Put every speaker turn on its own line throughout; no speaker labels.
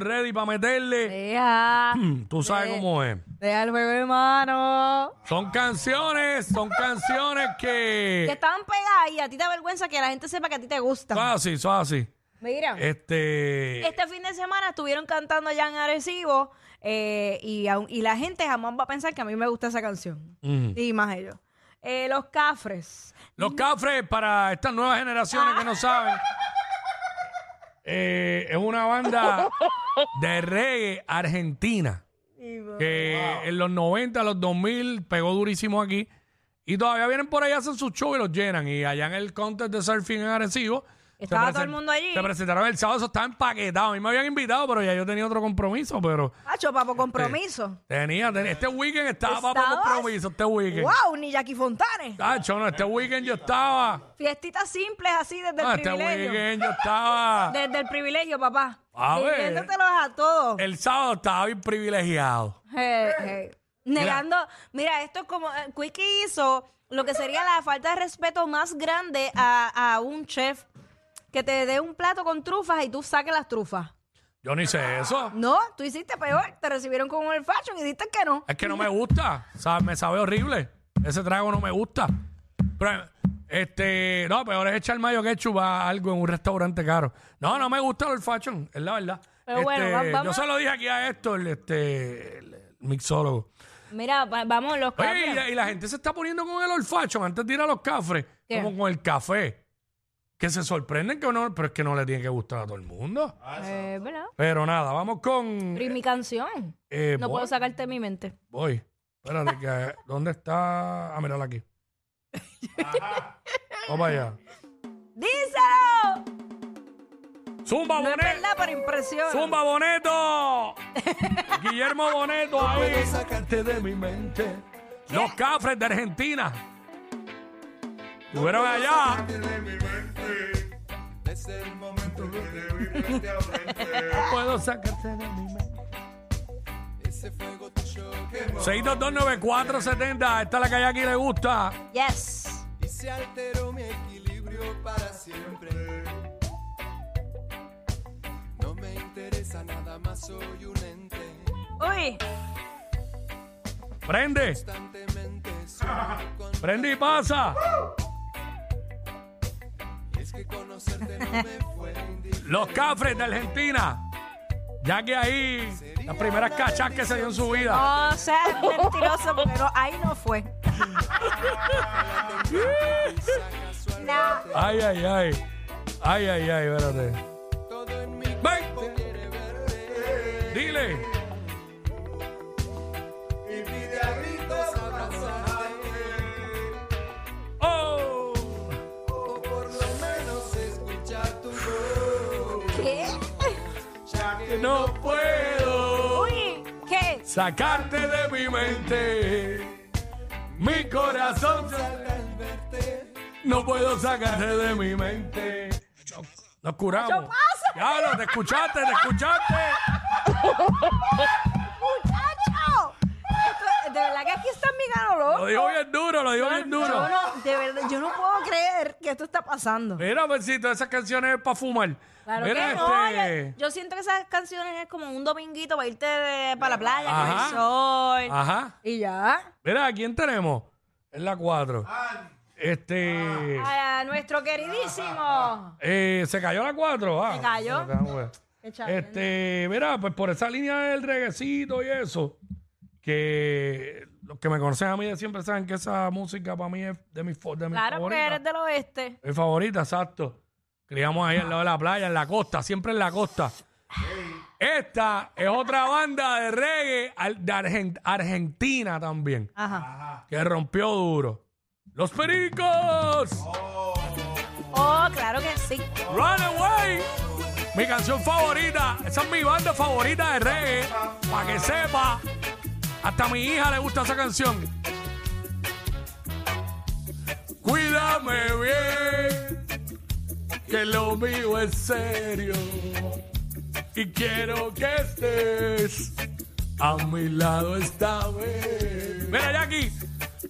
ready para meterle.
Deja,
Mm, Tú sabes
Eh.
cómo es.
deja el juego, hermano.
Son canciones, son canciones
Que
que.
estaban pegadas y a ti te da vergüenza que la gente sepa que a ti te
Son
gusta.
así, son así.
Mira,
Este.
este fin de semana estuvieron cantando allá en Arecibo eh, y, aún- y la gente jamás va a pensar que a mí me gusta esa canción.
mm.
Y más ellos. Eh, los Cafres.
Los cafres para estas nuevas generaciones que no saben. eh, es una banda de reggae argentina. Que en los 90, los 2000 pegó durísimo aquí. Y todavía vienen por ahí, hacen sus shows y los llenan. Y allá en el contest de surfing en Arecibo. se
Estaba
presen-
todo el mundo allí.
Se presentaron el sábado, eso estaba empaquetado. A mí me habían invitado, pero ya yo tenía otro compromiso. Pero
Hacho, papo, compromiso.
tenía, tenía- este weekend estaba para
¿Estabas?
compromiso. Este weekend.
¡Wow! Ni Jackie Fontanes.
Tacho, no, este weekend yo estaba.
Fiestitas simples así desde
no,
el
este
privilegio.
weekend yo estaba.
Desde el privilegio, papá.
A ver.
Diciéndotelos a todos.
El sábado estaba bien privilegiado.
Hey, hey. Negando, mira, esto es como, eh, Quickie hizo lo que sería la falta de respeto más grande a, a un chef que te dé un plato con trufas y tú saques las trufas.
Yo no hice eso.
No, tú hiciste peor, te recibieron con el fashion y dijiste que no.
Es que no me gusta. O sea, me sabe horrible. Ese trago no me gusta. Pero, este, no, peor es echar mayo ketchup a algo en un restaurante caro. No, no me gusta el old fashion, es la verdad.
Pero bueno,
Este,
va-
Yo
vamos-
se lo dije aquí a Héctor, este, el el mixólogo.
Mira, va- vamos, los
Oye, y
cabros.
la, y la gente se está poniendo con el old fashion antes de ir a los cafres,
¿Qué?
como con el café. Que se sorprenden que uno, pero es que no le tiene que gustar a todo el mundo.
Eh, ¿verdad?
Pero nada, vamos con.
Pero y mi canción.
eh,
No
voy,
puedo sacarte de mi mente.
voy. Espérate, que, ¿dónde está? Ah, mírala aquí. Vamos allá.
¡Díselo!
Zumba
No es
Boneto.
verdad, pero impresiona.
Zumba Boneto. Guillermo Boneto ahí. sacarte de mi mente. Los cafres de Argentina. Estuvieron allá.
Es el momento que debí verte a frente.
Puedo sacarte de mi mente.
Ese fuego tuyo quemó
6229470. Esta es la que hay aquí le gusta.
Yes.
y se alteró mi equilibrio para siempre. No me interesa nada más, soy un ente.
Uy,
Prende.
Constantemente sueño con-
Prende y pasa.
Y es que conocerte no me fue indiferente.
Los cafres de Argentina. Ya que ahí las primeras cachas que se dio en su vida.
no seas mentiroso, pero ahí no fue.
Quizá casualmente
No.
Ay, ay, ay. Ay, ay, ay, espérate.
todo en mi cuerpo
Ven.
quiere verte.
Dile.
Y pide a gritos abrazarte.
Oh.
O por lo menos escuchar tu voz.
¿Qué?
Ya que
No puedo
Uy, ¿qué?
sacarte de mi mente. Mi corazón se-
al verte,
no puedo sacarte de mi mente. Nos
Yo
curamos.
paso.
Diablo, te escuchaste, te escuchaste.
¡Muchacho! Esto- de verdad que aquí está mi gano loco.
Lo dijo bien duro, lo dijo bien duro.
Yo no, de verdad, yo no puedo creer que esto está pasando.
Mira, Mercito, esas canciones es para fumar.
Claro
Mira,
que no.
este-
Yo, yo siento que esas canciones es como un dominguito para irte de- para la playa, con
Ajá. Ah.
el sol.
Ajá.
Y ya.
Mira, ¿a quién tenemos? Es la 4. Este.
A nuestro queridísimo.
eh, se cayó la 4. Ah,
Se cayó.
se cayó. Este, mira, pues por esa línea del reguecito y eso, que los que me conocen a mí de siempre saben que esa música para mí es de mis fa- de mis
claro que
favoritas.
eres del oeste.
Mi favorita, exacto. Criamos ahí al lado de la playa, en la costa, siempre en la costa. Esta es otra banda de reggae al- de Argen- Argentina también,
Ajá.
que rompió duro. Los Pericos,
Oh, claro que sí.
Runaway, mi canción favorita. Esa es mi banda favorita de reggae, para que sepa. Hasta a mi hija le gusta esa canción. Cuídame bien, que lo mío es serio. Y quiero que estés a mi lado esta vez. Mira, Jackie,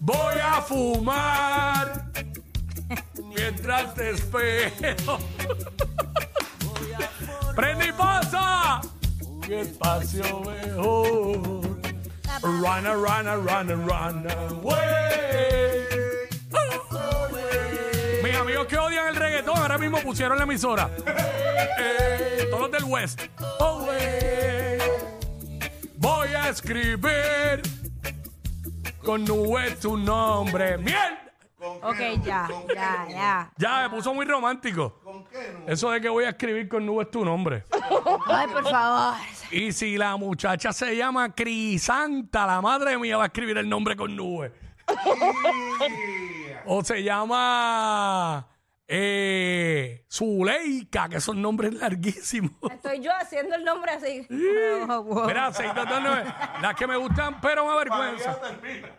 voy a fumar mientras te espero. ¡Prende y pasa! espacio mejor. Run, a, run, a, run, a, run away. Mis amigos que odian el reggaetón ahora mismo pusieron la emisora. Eh, todos los del West. Away. Voy a escribir con nube tu nombre. ¡Miel!
Ok, ya, ya, ya.
Ya, me puso muy romántico. ¿Con qué Eso de que voy a escribir con nubes tu nombre.
Ay, por favor.
Y si la muchacha se llama Crisanta, la madre mía va a escribir el nombre con nube. o se llama eh, Zuleika, que son nombres larguísimos.
Estoy yo haciendo el nombre así.
Mira, 629, las que me gustan, pero me avergüenza.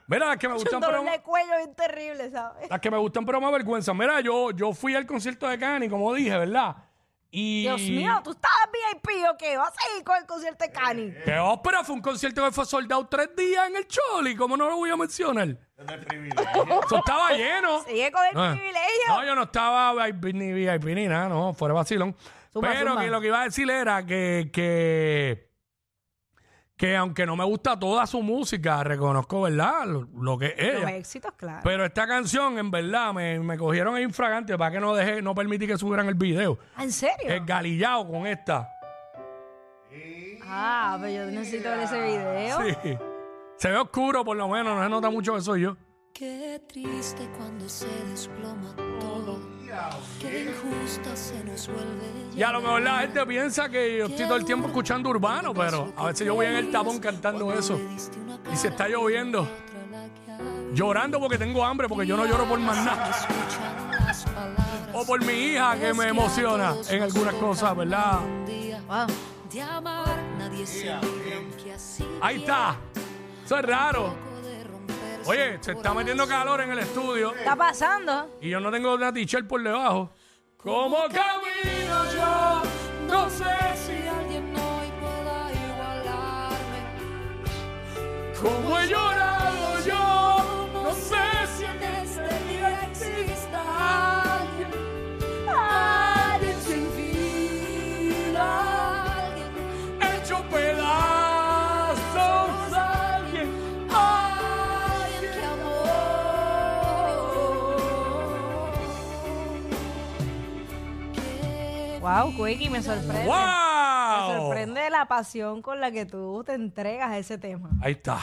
Mira, las que me
un
gustan, pero
doble cuello bien terrible, ¿sabes?
las que me gustan, pero me avergüenzan. Mira, yo, yo fui al concierto de Cani, como dije, ¿verdad? Y
Dios mío, tú estabas VIP o qué? Vas a ir con el concierto de Cani.
Que ópera fue un concierto que fue soldado tres días en el Choli, ¿cómo no lo voy a mencionar? Eso estaba lleno.
Sigue con el
No,
privilegio.
Ah. No, yo no estaba VIP, ni VIP ni nada, no, fuera vacilón.
Zumba,
Pero
zumba.
que lo que iba a decir era que, que, que aunque no me gusta toda su música, reconozco, ¿verdad? Lo, lo que es
Los
ella.
éxitos, claro.
Pero esta canción, en verdad, me, me cogieron ahí infragante para que no dejé, no permití que subieran el video.
Ah, ¿En serio?
El galillao con esta.
Ah, pero yo necesito ver ese video.
Sí. Se ve oscuro, por lo menos, no se nota mucho que soy yo.
Qué triste cuando se desploma todo. Qué injusta se nos vuelve.
Y a lo mejor la gente piensa que yo estoy todo el tiempo escuchando urbano, pero a veces yo voy en el tapón cantando eso. Y se está lloviendo. Llorando porque tengo hambre, porque yo no lloro por más nada. O por mi hija que me emociona en algunas cosas, ¿verdad?
Wow.
De amar nadie se olvida que así
Ahí está. Eso es raro.
puede romper.
Oye, se está metiendo calor en el estudio
Está pasando.
y yo no tengo una t-shirt por debajo. ¿Cómo camino yo? No sé
Si
si
alguien hoy pueda igualarme,
cómo he llorado yo. No sé si
en este día exista alguien, alguien sin vida, alguien,
hecho pedazos a alguien.
alguien que amó.
Wow, Quickie, me sorprende. Me
¡Wow!
sorprende la pasión con la que tú te entregas a ese tema.
Ahí está.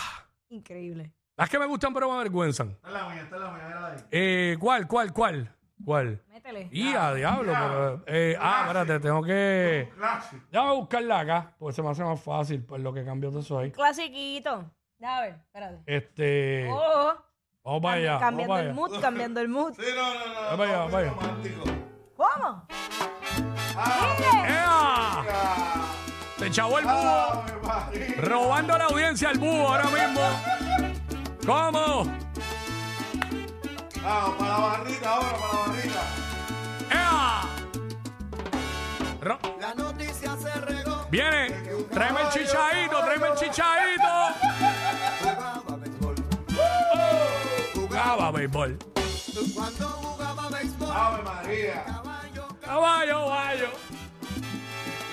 Increíble.
Las que me gustan pero me avergüenzan.
Esta es la mía, esta es la mía, mírala ahí.
Eh, ¿Cuál, cuál, cuál? ¿Cuál?
Métele.
Y a diablo. pero, eh, ah, espérate, tengo que...
Clásico.
Déjame buscarla acá, porque se me hace más fácil, pues lo que cambió todo eso ahí.
Clasiquito. Ya, a ver, espérate.
Este...
Oh,
Vamos para allá, vamos
cambiando
para
el
allá.
mood, cambiando el mood.
Sí, no, no, no.
Vamos allá,
no,
vamos allá.
romántico.
¿Cómo?
Ah,
¡Ea!
ah,
Se echó el búho.
ah, me parí.
Robando la audiencia al búho ahora mismo. ¿Cómo?
Ah, para la barrita ahora, para la barrita.
¡Ea! Ro-
La noticia se regó.
Viene, tráeme el chichaito, tráeme el chichaito.
Jugaba béisbol.
Jugaba béisbol.
Cuando jugaba béisbol. Ave María.
Caballo, caballo.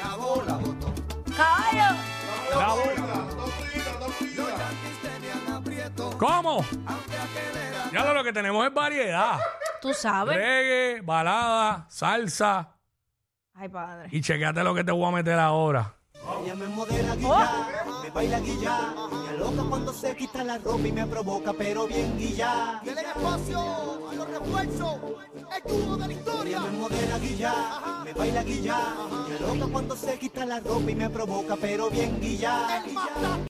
La bola botó.
Caballo.
La
Dos
bola.
vidas, dos vidas, dos vidas.
¿Cómo? Ya lo, lo que tenemos es variedad.
Tú sabes.
Reggae, balada, salsa.
Ay, padre.
Y chequeate lo que te voy a meter ahora.
Ella me modela guilla, me baila guilla, me loca cuando se quita la ropa y me provoca, pero bien guilla. Dele espacio a los refuerzos, el cubo de la historia. Ella me modela guilla, me baila guilla, me loca cuando se quita la ropa y me provoca, pero bien guilla.